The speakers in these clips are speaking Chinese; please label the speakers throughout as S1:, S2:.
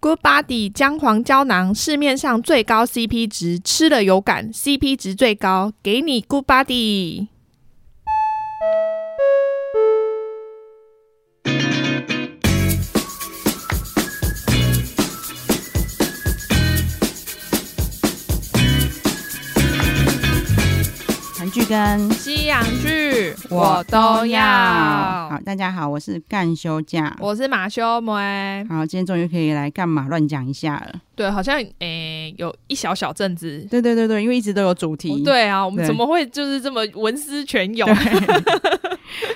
S1: Good Body 姜黄胶囊市面上最高 CP 值，吃了有感，CP 值最高，给你 Good Body。
S2: 韩剧跟
S1: 西洋剧
S2: 好，大家好，我是干休假。
S1: 我是马修梅。
S2: 好，今天终于可以来干嘛乱讲一下了。
S1: 对，好像诶、有一小小阵子。
S2: 对对对对，因为一直都有主题。
S1: 对啊，我们
S2: 对
S1: 怎么会就是这么文思泉涌？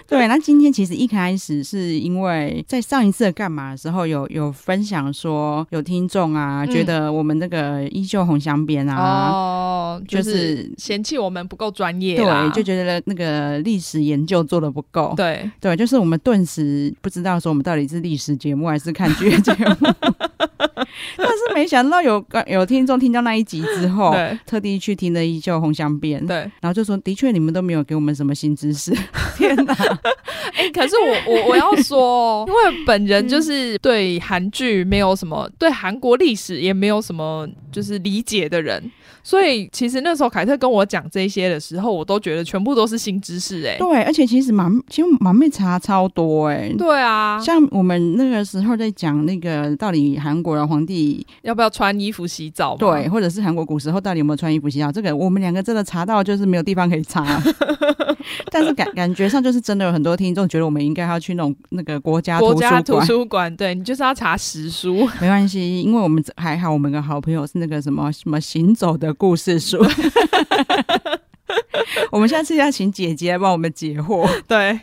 S2: 对，那今天其实一开始是因为在上一次的干嘛的时候有有分享说有听众啊、
S1: 嗯
S2: 觉得我们那个衣袖红香边啊。
S1: 哦，就
S2: 就是
S1: 是嫌弃我们不够专业啦
S2: 对，就觉得那个历史研究做的不够。
S1: 对，
S2: 对，就是我们顿时不知道说我们到底是历史节目还是看剧的节目， 但是没想到有有听众听到那一集之后，
S1: 对
S2: 特地去听了一旧红香边，
S1: 对，
S2: 然后就说的确你们都没有给我们什么新 知识，天哪！
S1: 哎、 可是我我我要说 哦，因为本人
S2: 嗯
S1: 就是对韩剧没有什么，对韩国历史也没有什么就是理解的人，所以其实那时候凯特跟我讲这些的时候，我都觉得全部都是新知识、哎，
S2: 对，而且其实蛮其实蛮妹查超多哎、
S1: 对啊，
S2: 像我们那个时候在讲那个到底韩国的皇帝
S1: 要不要穿衣服洗澡嘛？
S2: 对，或者是韩国古时候到底有没有穿衣服洗澡，这个我们两个真的查到就是没有地方可以 查，但是感感觉上就是真的有很多听众觉得我们应该要去那种那个国家
S1: 国
S2: 图
S1: 家
S2: 书
S1: 图
S2: 馆，
S1: 书馆，对你就是要查史书，
S2: 没关系，因为我们还好，我们有个好朋友是那个什么什么行走的故 事书。我们下次要请姐姐来帮我们解 惑。
S1: 对，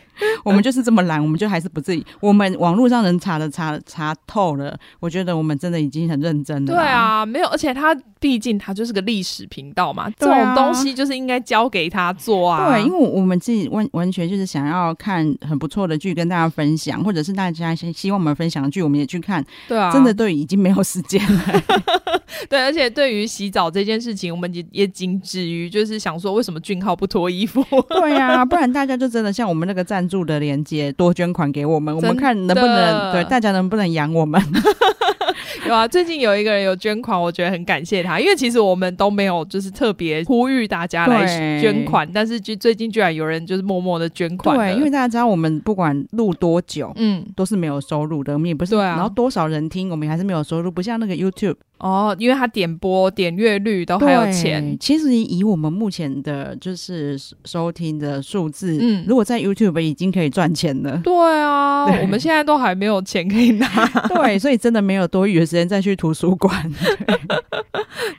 S2: 我们就是这么懒，我们就还是不自己。我们网络上能查的查查透了，我觉得我们真的已经很认真了。
S1: 对，啊，没有，而且他毕竟他就是个历史频道嘛，这
S2: 对啊
S1: 种东西就是应该交给他做啊。
S2: 对，因为我们自己完完全就是想要看很不错的剧跟大家分享，或者是大家希希望我们分享的剧，我们也去看。
S1: 对啊，
S2: 真的都已经没有时 间了。
S1: 对，而且对于洗澡这件事情，我们也也仅止于就是想说，为什么俊浩不脱衣服？
S2: 对啊，不然大家就真的像我们那个赞助的连接，多捐款给我们，我
S1: 真
S2: 们
S1: 的
S2: 看能不能对大家能不能养我们。
S1: 有啊，最近有一个人有捐款，我觉得很感谢他，因为其实我们都没有就是特别呼吁大家来
S2: 对
S1: 捐款，但是就最近居然有人就是默默的捐款了
S2: 对，因为大家知道我们不管录多久。
S1: 嗯，
S2: 都是没有收入的，我们也不是，
S1: 对啊
S2: 然后多少人听，我们也还是没有收入，不像那个 YouTube
S1: 哦，因为他点播点阅率都哦还有钱
S2: 对，其实以我们目前的就是收听的数字，
S1: 嗯
S2: 如果在 YouTube 已经可以赚钱了。
S1: 对啊，
S2: 对
S1: 我们现在都还没有钱可以 拿，
S2: 对，所以真的没有多余的时间再去图书馆。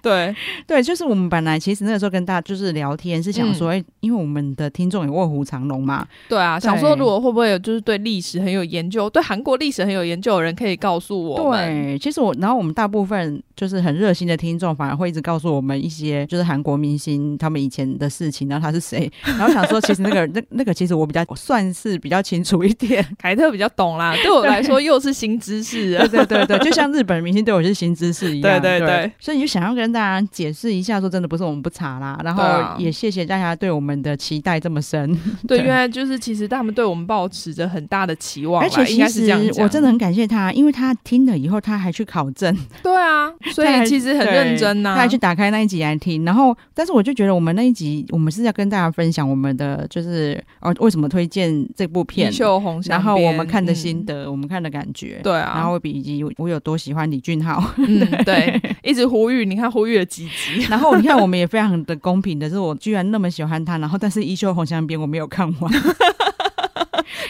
S1: 对
S2: 对，就是我们本来其实那个时候跟大家就是聊天，是想
S1: 嗯
S2: 说，哎、因为我们的听众也卧虎藏龙嘛，
S1: 对啊，想
S2: 对
S1: 说如果会不会有就是对历史很有研究，对韩国历史很有研究的人可以告诉我们，
S2: 对，其实我，然后我们大部分就是很热心的听众，反而会一直告诉我们一些就是韩国明星他们以前的事情，然后他是谁，然后想说，其实那个那那个其实我比较算是比较清楚一点。
S1: 凯特比较懂 啦，对我来说又是新知识啊
S2: 对。对对对，就像日本明星对我是新知识一样。
S1: 对对对
S2: 所以就想要跟大家解释一下，说真的不是我们不查啦，然
S1: 对啊
S2: 后也谢谢大家对我们的期待这么深。
S1: 对，
S2: 对
S1: 原来就是其实他们对我们抱持着很大的期望啦，
S2: 而且
S1: 应
S2: 其
S1: 该是这
S2: 实
S1: 样讲
S2: 我真的很感谢他，因为他听了以后，他还去考证，
S1: 对啊，所
S2: 他还
S1: 以其实很认真啊呐、
S2: 他还去打开那一集来听。然后，但是我就觉得我们那一集，我们是要跟大家分享我们的就是哦为什么推荐这部
S1: 皮
S2: 片，
S1: 秀红香
S2: 然
S1: 边，
S2: 后我们看的心
S1: 嗯
S2: 得，我们看的感觉。
S1: 对啊，
S2: 然后以及我有多喜欢李俊浩，
S1: 嗯，对，一直呼吁，你看呼吁了几集，
S2: 然哦 后你看，我们也非常的公平的是，我居然那么喜欢他，然后但是《衣袖红香边》我没有看 完，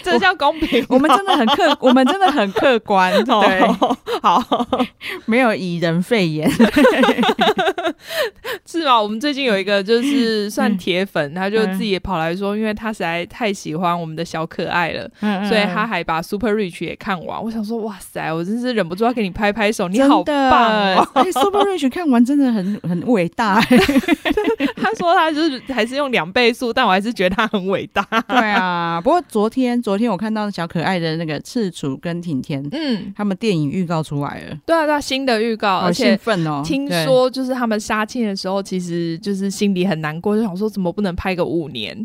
S1: 这叫公平吗。
S2: 我们真的很客，我们真的很客观， 对，
S1: 好
S2: 没有以人废言，
S1: 是吗？我们最近有一个就是算铁粉，他就
S2: 嗯
S1: 自己也跑来说，因为他实在太喜欢我们的小可爱了， 所
S2: 所
S1: 以他还把 Super Rich 也看完。我想说，哇塞，我真是忍不住要给你拍拍手，你
S2: 真
S1: 好
S2: 的
S1: 棒哦！
S2: 哎 Super Rich 看完真的很很伟大、哎
S1: 他说他就是还是用两倍速，但我还是觉得他很伟大。
S2: 对啊，不过昨天昨昨天我看到小可爱的那个赤楚跟挺田，
S1: 嗯，
S2: 他们电影预告出来了，
S1: 对啊，对啊，新的预告，
S2: 好
S1: 而
S2: 兴
S1: 且
S2: 奋哦！
S1: 听
S2: 对
S1: 说就是他们杀青的时候，其实就是心里很难过，就想说怎么不能拍个五年？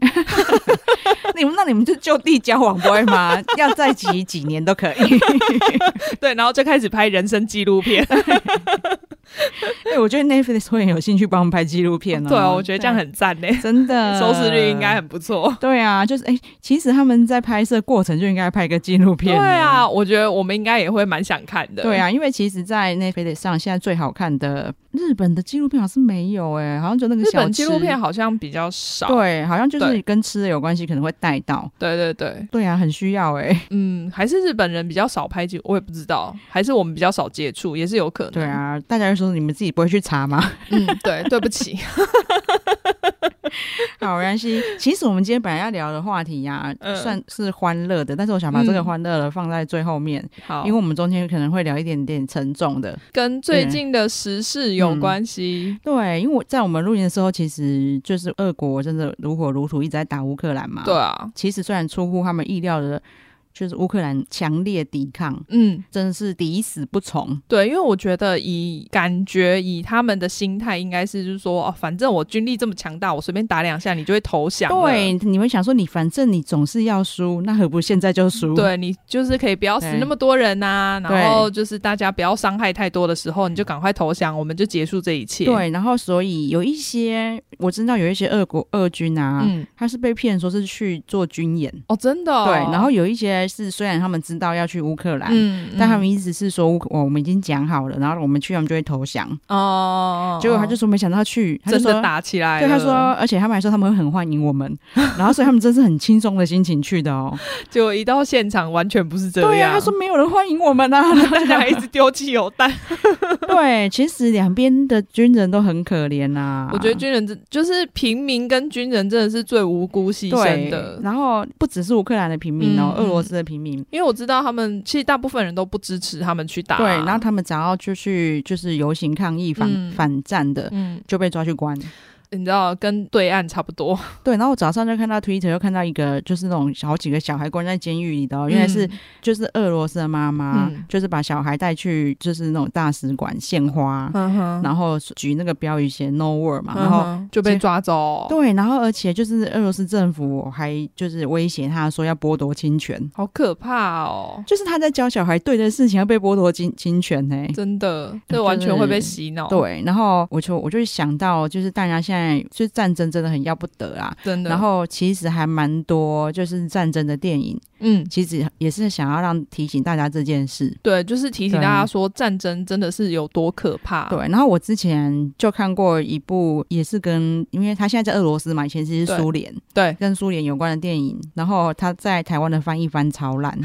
S2: 你们，那你们就就地交往不会 吗？要在一起几年都可以。
S1: 对，然后就开始拍人生纪录片。
S2: 对，哎我觉得 Netflix 会很有兴趣帮我们拍纪录片哦。
S1: 对啊，我觉得这样很赞呢，
S2: 对呃真 的
S1: 收视率应该。很不错。
S2: 对啊，就是哎、其实他们在拍摄过程就应该拍个纪录
S1: 对
S2: 片。
S1: 啊，我觉得我们应该也会蛮想看的。
S2: 对，啊，因为其实，在 Netflix 上现在最好看的日本的纪录片好像是没有哎、好像就那个
S1: 日
S2: 小
S1: 本纪录
S2: 吃
S1: 片好像比较少。
S2: 对，好像就是
S1: 对
S2: 跟吃的有关系，可能会带到。
S1: 对对对，
S2: 对啊，很需要哎、
S1: 嗯，还是日本人比较少拍纪，我也不知道，还是我们比较少接触，也是有可能。
S2: 对，啊，大家就说你们自己不会去查吗？
S1: 嗯，对，对不起，
S2: 好，没关系。其实我们今天本来要聊的话题呀、
S1: 嗯
S2: 算是欢乐的，但是我想把这个
S1: 嗯
S2: 欢乐的放在最后面，
S1: 好，
S2: 因为我们中间可能会聊一点点沉重的。
S1: 跟最近的时事有
S2: 嗯
S1: 关系。
S2: 对，因为我在我们录音的时候，其实就是俄国真的如火如荼一直在打乌克兰嘛。
S1: 对，啊，
S2: 其实虽然出乎他们意料的，就是乌克兰强烈抵抗，
S1: 嗯，
S2: 真的是抵死不从。
S1: 对，因为我觉得以感觉以他们的心态，应该是就是说，哦，反正我军力这么强大，我随便打两下，你就会投降了。
S2: 对，你会想说，你反正你总是要输，那何不现在就输？
S1: 对你就是可以不要死
S2: 对
S1: 那么多人呐、
S2: 对嗯
S1: 然后就是大家不要伤害太多的时候，你就赶快投降，我们就结束这一切。，
S2: 对，然后所以有一些我知道有一些俄国俄军啊，
S1: 嗯，
S2: 他是被骗说是去做军演，
S1: 哦，真的哦、
S2: 对，然后有一些是虽然他们知道要去乌克兰。
S1: 嗯，嗯
S2: 但他们一直是说，乌克哦我们已经讲好了，然后我们去，他们就会投降。
S1: 哦，
S2: 结果他就说，没想到去，他就
S1: 真
S2: 说
S1: 的。打起来了。
S2: 对，他说，，而且他们还说他们会很欢迎 我们，然后所以他们真是很轻松的心情去的哦。
S1: 结果一到现场完全不是这样。
S2: 对呀、 他说没有人欢迎我们啊。
S1: 大家还一直丢汽油弹。
S2: 对，其实两边的军人都很可怜啊呐、
S1: 我觉得军人真就是平民跟军人真的是最无辜牺牲
S2: 对
S1: 的，
S2: 然后不只是乌克兰的平民哦，
S1: 嗯
S2: 俄罗斯的平民。
S1: 因为我知道他们其实大部分人都不支持他们去打。
S2: 对，然后他们只要就去就是游行抗议反、
S1: 嗯
S2: 反战的，
S1: 嗯，
S2: 就被抓去关。
S1: 你知道跟对岸差不多，
S2: 对，然后我早上就看到 Twitter 又看到一个就是那种好几个小孩关在监狱里的、哦，原来是、
S1: 嗯
S2: 就是俄罗斯的妈妈，
S1: 嗯
S2: 就是把小孩带去就是那种大使馆献花，
S1: 嗯哼，嗯
S2: 然后举那个标语写 No War 嘛，然
S1: 然
S2: 后。
S1: 后就被抓走哦，
S2: 对，然后而且就是俄罗斯政府还就是威胁他说要剥夺侵权，
S1: 好可怕哦。
S2: 就是他在教小孩对的事情要被剥夺侵侵权呢、
S1: 真的，哦
S2: 就是
S1: 这完全会被洗脑。，
S2: 对，然后我就我就想到，就是大家现在就是战争真的很要不得啊。
S1: 真的。
S2: 然，后其实还蛮多，就是战争的电影，
S1: 嗯，
S2: 其实也是想要让提醒大家这件事。
S1: 对，就是提醒
S2: 对
S1: 大家说，战争真的是有多可怕。
S2: 对，然后我之前就看过一部，也是跟，因为他现在在俄罗斯嘛，以前其实是
S1: 对
S2: 苏联，
S1: 对，
S2: 跟苏联有关的电影，然后他在台湾的翻译翻超烂，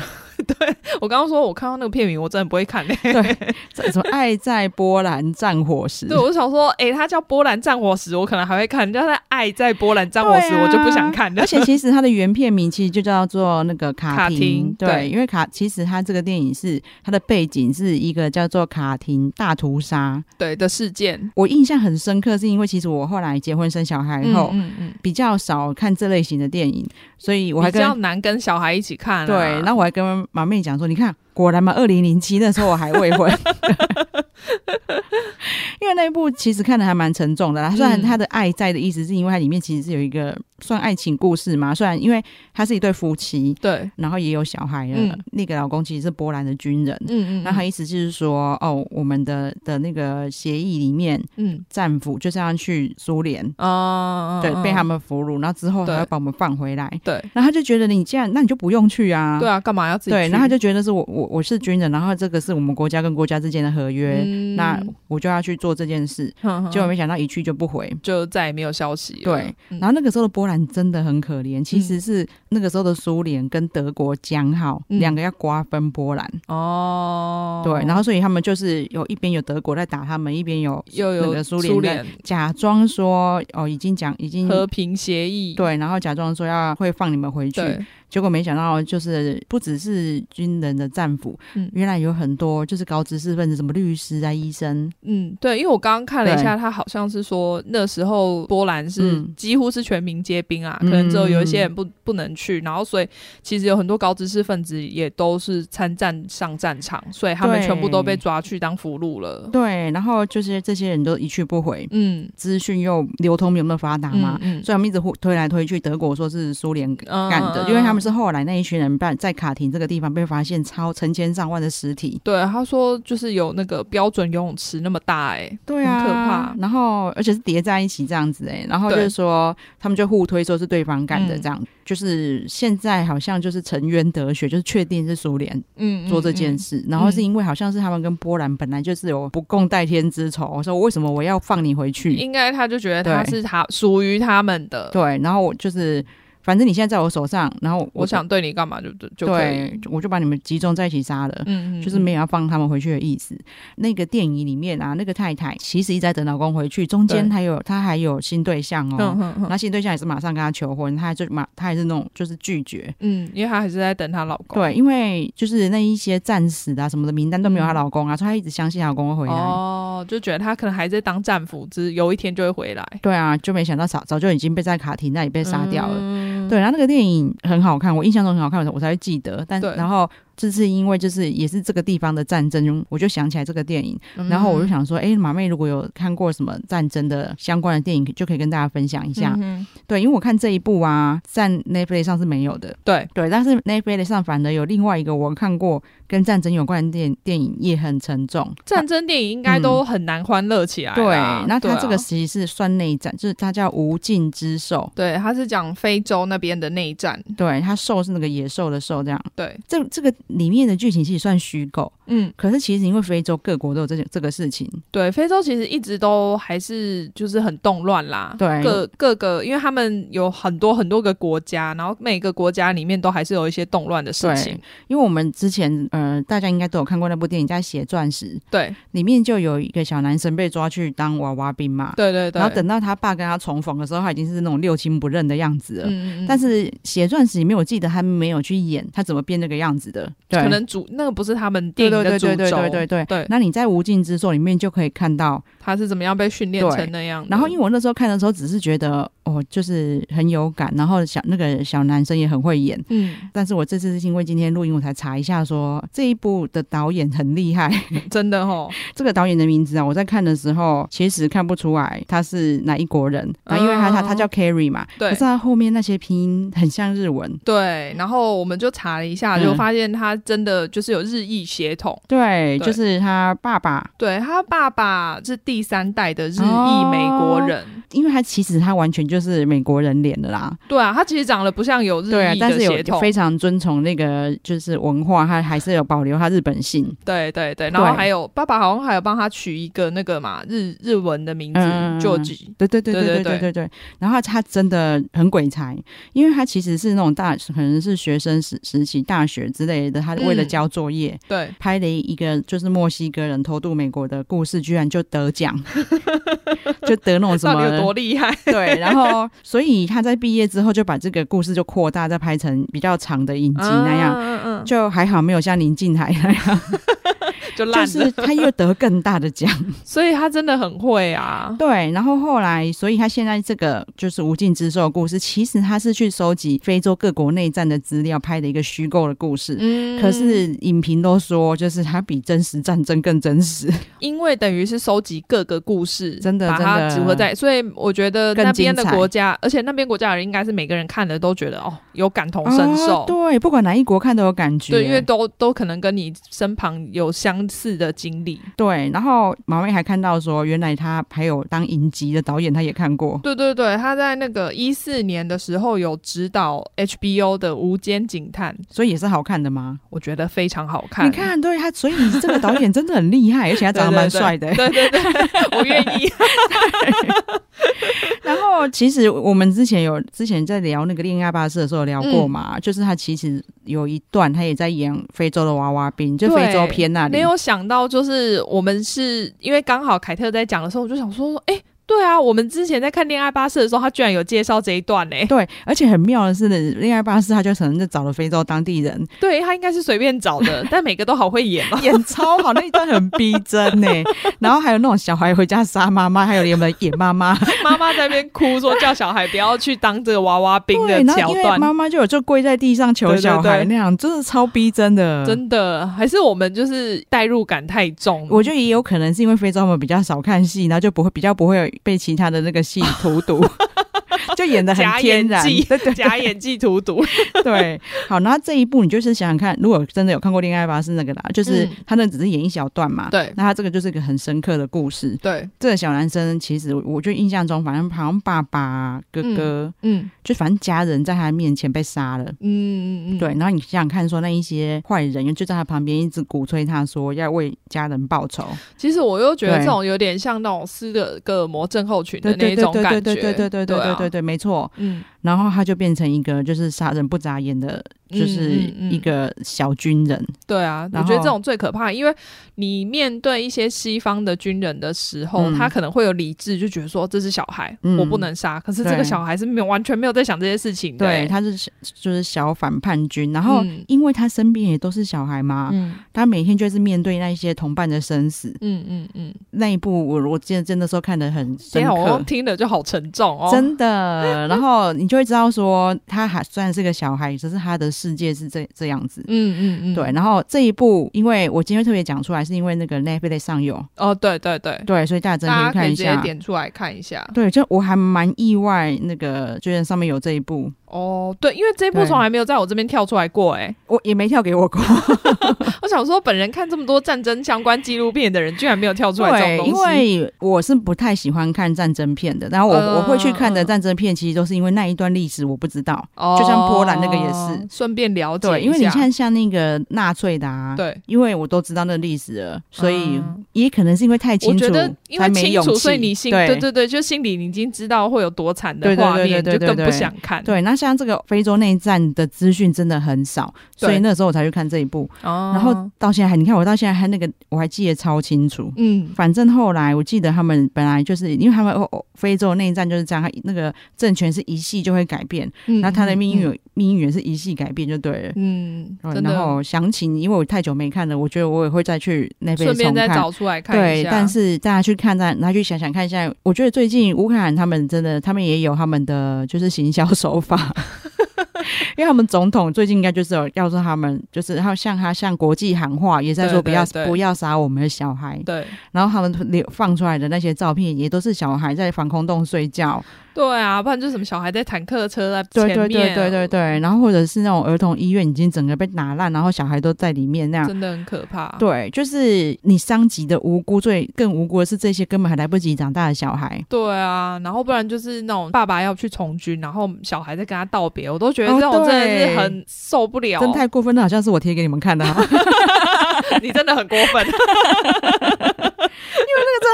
S1: 我刚刚说，我看到那个片名，我真的不会看欸嘞、
S2: 这什么《爱在波兰战火时》
S1: 对，我想说，诶，他叫波兰战火时，我可能还会看；人家在爱在波兰战火时，
S2: 对啊
S1: 我就不想看了。
S2: 而且其实它的原片名其实就叫做那个卡
S1: 卡
S2: 廷，
S1: 廷
S2: 对，
S1: 对
S2: 因为卡其实它这个电影是它的背景是一个叫做卡廷大屠杀，
S1: 对的事件
S2: 我印象很深刻，是因为其实我后来结婚生小孩后、
S1: 嗯嗯，
S2: 比较少看这类型的电影，所以我还
S1: 比
S2: 跟
S1: 较难跟小孩一起看、啊。
S2: 对，然后我还跟马妹讲说，你看，果然嘛，二零零七那时候我还未婚。 因为那一部其实看的还蛮沉重的啦，虽然
S1: 嗯
S2: 他的爱在的意思是因为它里面其实是有一个算爱情故事嘛，虽然因为他是一对夫妻，
S1: 对，
S2: 然后也有小孩了，
S1: 嗯
S2: 那个老公其实是波兰的军人，
S1: 嗯嗯，
S2: 那他意思就是说，哦，我们的的那个协议里面，
S1: 嗯
S2: 战俘就是要去苏联，
S1: 啊，
S2: 对，被他
S1: 们
S2: 们俘虏，然后之后还
S1: 对
S2: 要把我们放回来，
S1: 对
S2: 然后他就觉得你既然那你就不用去啊，
S1: 对啊，干嘛要自己去？
S2: 对，然后他就觉得是我我我是军人，然后这个是我们国家跟国家之间的合约，
S1: 嗯
S2: 那我就要去做这件事。
S1: 哼哼
S2: 结果没想到一去就不回。
S1: 就再也没有消息了。
S2: 对
S1: 嗯，
S2: 然后那个时候的波兰真的很可怜，其实是那个时候的苏联跟德国讲好、
S1: 嗯
S2: 两个要瓜分波兰，
S1: 哦，
S2: 对，然后所以他们就是有一边有德国在打他们，一边有
S1: 又
S2: 那
S1: 有
S2: 个苏
S1: 联
S2: 联假装说哦已经讲已经
S1: 和平协议，
S2: 对，然后假装说要会放你们回去，
S1: 对，
S2: 结果没想到，就是不只是军人的战俘，
S1: 嗯
S2: 原来有很多就是高知识分子，什么律师啊、医生，
S1: 嗯，对，因为我刚刚看了一下，
S2: 对
S1: 他好像是说那时候波兰是
S2: 嗯
S1: 几乎是全民皆兵啊，
S2: 嗯
S1: 可能只有有一些人不不能去，然后所以其实有很多高知识分子也都是参战上战场，所以他们
S2: 对
S1: 全部都被抓去当俘虏了。
S2: 对，然后就是这些人都一去不回，
S1: 嗯，
S2: 资讯又流通没有那么发达嘛，
S1: 嗯
S2: 所以我们一直互推来推去，德国说是苏联
S1: 嗯
S2: 干的，
S1: 嗯
S2: 因为他们
S1: 嗯
S2: 是后来那一群人办在卡廷这个地方被发现超成千上万的尸体。
S1: 对他说就是有那个标准游泳池那么大、哎，
S2: 对
S1: 很可怕
S2: 然后而且是叠在一起这样子哎、然后就
S1: 对
S2: 是说他们就互推说是对方干的
S1: 嗯
S2: 这样，就是现在好像就是沉冤得雪，就是确定是苏联
S1: 嗯，
S2: 做这件
S1: 嗯。
S2: 事，然后是因为好像是他们跟波兰本来就是有不共戴天之仇，我说为什么我要放你回
S1: 嗯
S2: 去？
S1: 应该他就觉得
S2: 对
S1: 他是他属于他们的，
S2: 对，然后我就是反正你现在在我手上，然后我
S1: 我想对你干嘛就就就可以，
S2: 对，我就把你们集中在一起杀了。
S1: 嗯，嗯
S2: 就是没有要放他们回去的意思。那个电影里面啊，那个太太其实一直在等老公回去，中间
S1: 对
S2: 还有她还有新对象哦，
S1: 嗯嗯
S2: 然
S1: 嗯
S2: 后新对象也是马上跟她求婚，她就马她还是那种就是拒绝。
S1: 嗯，因为她还是在等她老公，
S2: 对，因为就是那一些战死的啊什么的名单都没有她
S1: 嗯
S2: 老公啊，所以她一直相信她老公会回来。
S1: 哦，就觉得他可能还在当战俘，只是有一天就会回来，
S2: 对啊，就没想到早早就已经被在卡廷那里被杀掉了。
S1: 嗯
S2: 对，然后那个电影很好看，我印象中很好看，我才会记得。但
S1: 对
S2: 然后这次因为就是也是这个地方的战争，我就想起来这个电影，
S1: 嗯
S2: 然后我就想说，哎、马妹如果有看过什么战争的相关的电影，就可以跟大家分享一下。
S1: 嗯哼
S2: 对，因为我看这一部啊，在 Netflix 上是没有的。
S1: 对，
S2: 对，但是 Netflix 上反而有另外一个我看过跟战争有关的电电影，也很沉重。
S1: 战争电影应该都很难欢乐起来
S2: 对，
S1: 啦。
S2: 那它
S1: 对啊
S2: 这个其实是算内战，就是它叫无尽之兽。
S1: 对，他是讲非洲那边的内战，
S2: 对，它兽是那个野兽的兽，这样。
S1: 对，
S2: 这这个里面的剧情其实算虚构，
S1: 嗯，
S2: 可是其实因为非洲各国都有这件这个事情，
S1: 对，非洲其实一直都还是就是很动乱啦，
S2: 对
S1: 各各个，因为他们有很多很多个国家，然后每个国家里面都还是有一些动乱的事情，
S2: 因为我们之前呃大家应该都有看过那部电影叫《血钻石》，
S1: 对，
S2: 里面就有一个小男生被抓去当娃娃兵嘛，
S1: 对对对，
S2: 然后等到他爸跟他重逢的时候，他已经是那种六亲不认的样子了。
S1: 嗯，嗯嗯，
S2: 但是《血钻石》里面，我记得他没有去演他怎么变那个样子的，对，
S1: 可能主那个不是他们电
S2: 对
S1: 影的
S2: 对对
S1: 主
S2: 对对
S1: 轴，
S2: 对对对。
S1: 对
S2: 那你在《无尽之作》里面就可以看到，
S1: 他是怎么样被训练
S2: 对
S1: 成那样的，
S2: 然后因为我那时候看的时候，只是觉得哦，就是很有感，然后小那个小男生也很会演。
S1: 嗯，
S2: 但是我这次是因为今天录音，我才查一下说这一部的导演很厉害。
S1: 真的哦，
S2: 这个导演的名字啊，我在看的时候其实看不出来他是哪一国人，啊，因为他他他叫 Carry 嘛，
S1: 哦对
S2: 可是他后面那些拼音很像日文。
S1: 对，然后我们就查了一下，
S2: 嗯
S1: 就发现他真的就是有日裔血统。
S2: 对，
S1: 对
S2: 就是他爸爸，
S1: 对他爸爸是第三代的日
S2: 哦
S1: 裔美国人，
S2: 因为他其实他完全就是美国人脸的啦，
S1: 对啊，他其实长得不像有日
S2: 对啊
S1: 裔，
S2: 但
S1: 的
S2: 是
S1: 血
S2: 有
S1: 统，
S2: 非常遵从那个就是文化，他还是有保留他日本性，
S1: 对对对，
S2: 对
S1: 然后还有爸爸好像还有帮他取一个那个嘛日日文的名字
S2: 嗯
S1: George，
S2: 对对对
S1: 对
S2: 对
S1: 对
S2: 对对对。然后他真的很鬼才，因为他其实是那种大可能是学生时时期大学之类的，他为了
S1: 嗯
S2: 交作业，
S1: 对，
S2: 拍了一个就是墨西哥人偷渡美国的故事，居然就得奖， 就得那种什
S1: 到底有多
S2: 么。
S1: 厉害？
S2: 对，然后所以他在毕业之后就把这个故事就扩大，再拍成比较长的影集那样，
S1: 嗯嗯嗯，
S2: 就还好没有像林静海那样，
S1: 就烂
S2: 就
S1: 了，
S2: 是他又得更大的奖。
S1: 所以他真的很会啊。
S2: 对，然后后来，所以他现在这个就是无尽之兽的故事，其实他是去收集非洲各国内战的资料拍的一个虚构的故事。
S1: 嗯
S2: 可是影评都说，就是它比真实战争更真实。
S1: 因为等于是收集各个故事，
S2: 真的
S1: 把
S2: 真
S1: 它
S2: 的
S1: 集合在，所以我觉得
S2: 更
S1: 那边的
S2: 精彩
S1: 国家，而且那边国家的人应该是每个人看了都觉得哦有感同身受，
S2: 哦对，不管哪一国看都有感觉。
S1: 对因为都都可能跟你身旁有相似的经历，
S2: 对然后马妹还看到说，原来他还有当影集的导演，他也看过。
S1: 对对对，他在那个一四年的时候有指导 HBO 的《无间警探》，
S2: 所以也是好看的吗？
S1: 我觉得非常好看，
S2: 你看，对他，所以这个导演真的很厉害，而且他
S1: 对。
S2: 长得蛮帅的。
S1: 对对对，对我愿意。
S2: 然后其实我们之前有之前在聊那个恋爱巴士的时候有聊过嘛，就是他其实有一段他也在演非洲的娃娃兵，就
S1: 对
S2: 非洲片那里
S1: 没。有想到，就是我们是因为刚好凯特在讲的时候，我就想说，哎、对啊，我们之前在看《恋爱巴士》的时候，他居然有介绍这一段欸 呢、
S2: 对，而且很妙的是，呢，恋爱巴士他就可能就找了非洲当地人
S1: 对他应该是随便找的，但每个都好会演哦。
S2: 演超好，那一段很逼真 呢。然后还有那种小孩回家杀妈妈，还有有没有演妈妈？
S1: 妈妈在那边哭说叫小孩不要去当这个娃娃兵的
S2: 对，然
S1: 桥
S2: 后因为
S1: 段，
S2: 妈妈就有就跪在地上求
S1: 对对
S2: 小孩
S1: 对
S2: 那样，真的超逼真的，
S1: 真的还是我们就是代入感太重。
S2: 我觉得也有可能是因为非洲我们比较少看戏，然后就不会比较不会被其他的那个戏荼 毒，就演的很
S1: 假
S2: 天
S1: 演
S2: 然。
S1: 技
S2: 对对
S1: 假演技荼毒，
S2: 对，好，那这一部你就是想想看，如果真的有看过《恋爱巴士》那个啦，就是
S1: 嗯
S2: 他那只是演一小段嘛。
S1: 对
S2: 那他这个就是一个很深刻的故事。
S1: 对，
S2: 这个小男生其实我就印象中，反正好像爸爸、哥哥，
S1: 嗯
S2: 就反正家人在他面前被杀了。
S1: 嗯嗯嗯，
S2: 对，然后你想想看，说那一些坏人就在他旁边一直鼓吹他说要为家人报仇，
S1: 其实我又觉得
S2: 对
S1: 这种有点像那种斯德哥尔摩症候群的
S2: 对
S1: 那
S2: 对
S1: 一
S2: 对
S1: 种
S2: 对
S1: 感
S2: 对
S1: 觉，
S2: 对对对对对
S1: 啊
S2: 对对，对，没错。
S1: 嗯，
S2: 然后他就变成一个就是杀人不眨眼的，就
S1: 嗯
S2: 是
S1: 嗯嗯
S2: 一个小军人。
S1: 对啊，我
S2: 然
S1: 觉得
S2: 后
S1: 这种最可怕，因为你面对一些西方的军人的时候，
S2: 嗯
S1: 他可能会有理智，就觉得说这是小孩，
S2: 嗯
S1: 我不能杀。可是这个
S2: 对
S1: 小孩是没有完全没有在想这些事情的、
S2: 对，
S1: 欸，
S2: 他是小就是小反叛军。然后
S1: 嗯
S2: 因为他身边也都是小孩嘛，
S1: 嗯
S2: 他每天就是面对那一些同伴的生死。
S1: 嗯嗯嗯，
S2: 那一部我我记得真的时候看得很深
S1: 天啊，我
S2: 刻
S1: 光。听了就好沉重哦，
S2: 真的，然后你就会知道说，他还虽然是个小孩，只是他的世界是这这样子。
S1: 嗯嗯嗯，
S2: 对，，然后这一部，因为我今天特别讲出来，是因为那个 Netflix 上有，
S1: 哦对对对，
S2: 对，所以大家真的
S1: 大家
S2: 可以
S1: 可
S2: 看
S1: 以
S2: 一
S1: 直接
S2: 下。
S1: 点出来看一下。
S2: 对，就我还蛮意外，那个居然上面有这一部，
S1: 哦，对，因为这一部
S2: 对
S1: 从来没有在我这边跳出来过、欸，
S2: 我也没跳给我过。
S1: 我想说，本人看这么多战争相关纪录片的人，居然没有跳出来这
S2: 对，
S1: 种
S2: 因
S1: 东西。
S2: 为我是不太喜欢看战争片的，然后我、
S1: 嗯
S2: 我会去看的
S1: 嗯
S2: 战争片，其实都是因为那一段历史我不知道。
S1: 哦
S2: 就像波兰那个也是，
S1: 顺便了解一下。
S2: 对，因为你看像那个纳粹的啊，，
S1: 对。
S2: 因为我都知道那历史了，所以
S1: 嗯
S2: 也可能是因为太
S1: 我
S2: 清楚，
S1: 觉得，因为
S2: 才没
S1: 清
S2: 勇
S1: 楚，
S2: 气。
S1: 所以你心
S2: 对
S1: 对对对，就心里你已经知道会有多惨的
S2: 对对
S1: 画
S2: 对
S1: 面，
S2: 对
S1: 就
S2: 对
S1: 更
S2: 对
S1: 不
S2: 对
S1: 想看。
S2: 对，那像这个非洲内战的资讯真的很少，
S1: 对
S2: 所以那时候我才去看这一部。
S1: 哦，
S2: 然后到现在还，你看我到现在还那个，我还记得超清楚。
S1: 嗯，
S2: 反正后来我记得他们本来就是因为他们哦哦非洲内战就是这样，他那个政权是一系就会改变，
S1: 嗯
S2: 那他的命运，
S1: 嗯
S2: 有命运也是一系改变就对了。
S1: 嗯，
S2: 对
S1: 真
S2: 然
S1: 的，
S2: 后详情，因为我太久没看了，我觉得我也会再去那边
S1: 顺便
S2: 重
S1: 再
S2: 看。
S1: 找出来看一
S2: 对，
S1: 下。
S2: 但是大家去看，再拿去想想看一下。我觉得最近乌克兰他们真的，他们也有他们的就是行销手法， 因为他们总统最近应该就是有要说他们就是他向他向国际喊话，也在说
S1: 对
S2: 不要
S1: 对对
S2: 不要杀我们的小孩。
S1: 对
S2: 然后他们流放出来的那些照片也都是小孩在防空洞睡觉，
S1: 对啊，不然就是什么小孩在坦克车在前
S2: 对
S1: 面，
S2: 对对对对对，然后或者是那种儿童医院已经整个被打烂，然后小孩都在里面那样。
S1: 真的很可怕。
S2: 对，就是你伤及的无辜，最更无辜的是这些根本还来不及长大的小孩。
S1: 对啊，然后不然就是那种爸爸要去从军，然后小孩在跟他道别，我都觉得
S2: 哦
S1: 这种真的
S2: 对
S1: 是很受不了，哦
S2: 真太过分了，好像是我贴给你们看的、啊，这
S1: 你真的很过分。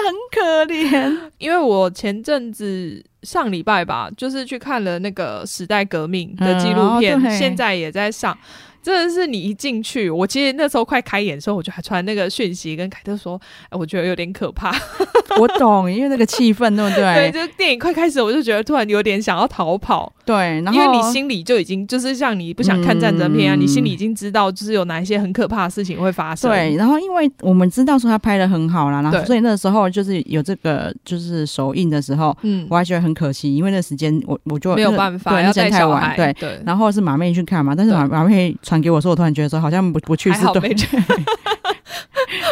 S2: 很可怜。
S1: 因为我前阵子上礼拜吧，就是去看了那个时代革命的纪录片，
S2: 嗯哦对
S1: 现在也在上。真的是你一进去，我其实那时候快开演的时候，我就还传那个讯息跟凯特说，哎我觉得有点可怕。
S2: 我懂，因为那个气氛，对 不
S1: 对，
S2: 对？
S1: 就是电影快开始，我就觉得突然有点想要逃跑。
S2: 对，然后
S1: 因为你心里就已经就是像你不想看战争片啊，
S2: 嗯
S1: 你心里已经知道就是有哪一些很可怕的事情会发生。
S2: 对，然后因为我们知道说他拍的很好啦，然后
S1: 对
S2: 所以那时候就是有这个就是首映的时候，
S1: 嗯
S2: 我，还觉得很可惜，因为那时间我我就
S1: 没有
S2: 那个
S1: 办法，
S2: 对，
S1: 要
S2: 那时
S1: 带
S2: 间太
S1: 小
S2: 晚，
S1: 孩。
S2: 对。
S1: 对，
S2: 然后是马妹去看嘛，但是
S1: 对
S2: 马马妹传给我说，我突然觉得说好像不不去
S1: 还
S2: 是
S1: 好
S2: 对
S1: 没， 去。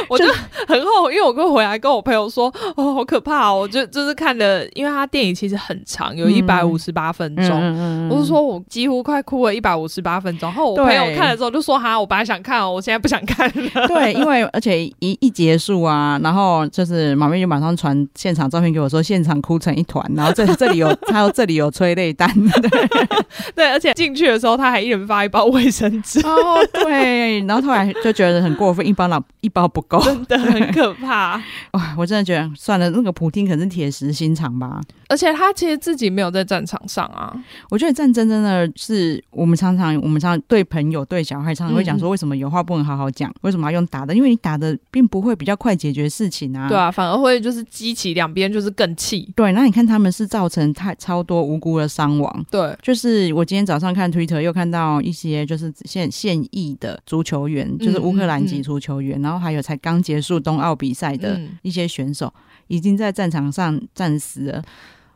S1: 我就很后悔，因为我跟回来跟我朋友说，哦，好可怕、哦！我就就是看了，因为他电影其实很长，有
S2: 嗯
S1: 一百五十八分
S2: 嗯
S1: 钟。
S2: 嗯嗯嗯
S1: 我是说，我几乎快哭了一百五十八分钟。然后我
S2: 对
S1: 朋友看了之后就说：“哈，我本来想看哦，我现在不想看了。
S2: 对，因为而且一一结束啊，然后就是马妹就马上传现场照片给我说，现场哭成一团，然后这这里有，他说这里有催泪 弹，对，”
S1: 对，而且进去的时候他还一人发一包卫生纸。
S2: 哦对，然后后来就觉得很过分，一般老一包不够，
S1: 真的很可怕。
S2: 哇！我真的觉得算了，那个普丁可能是铁石心肠吧。
S1: 而且他其实自己没有在战场上啊，
S2: 我觉得战争真的是我们常常，我们常常对朋友、对小孩常常会讲说，为什么有话不能好好讲，为什么要用打的？因为你打的并不会比较快解决事情啊。
S1: 对啊，反而会就是激起两边就是更气。
S2: 对，那你看他们是造成太超多无辜的伤亡。
S1: 对，
S2: 就是我今天早上看 Twitter 又看到一些就是现现役的足球员，
S1: 嗯
S2: 就是乌克兰籍足球员，然后还有才刚结束冬奥比赛的
S1: 嗯，
S2: 一些选手，已经在战场上战死了。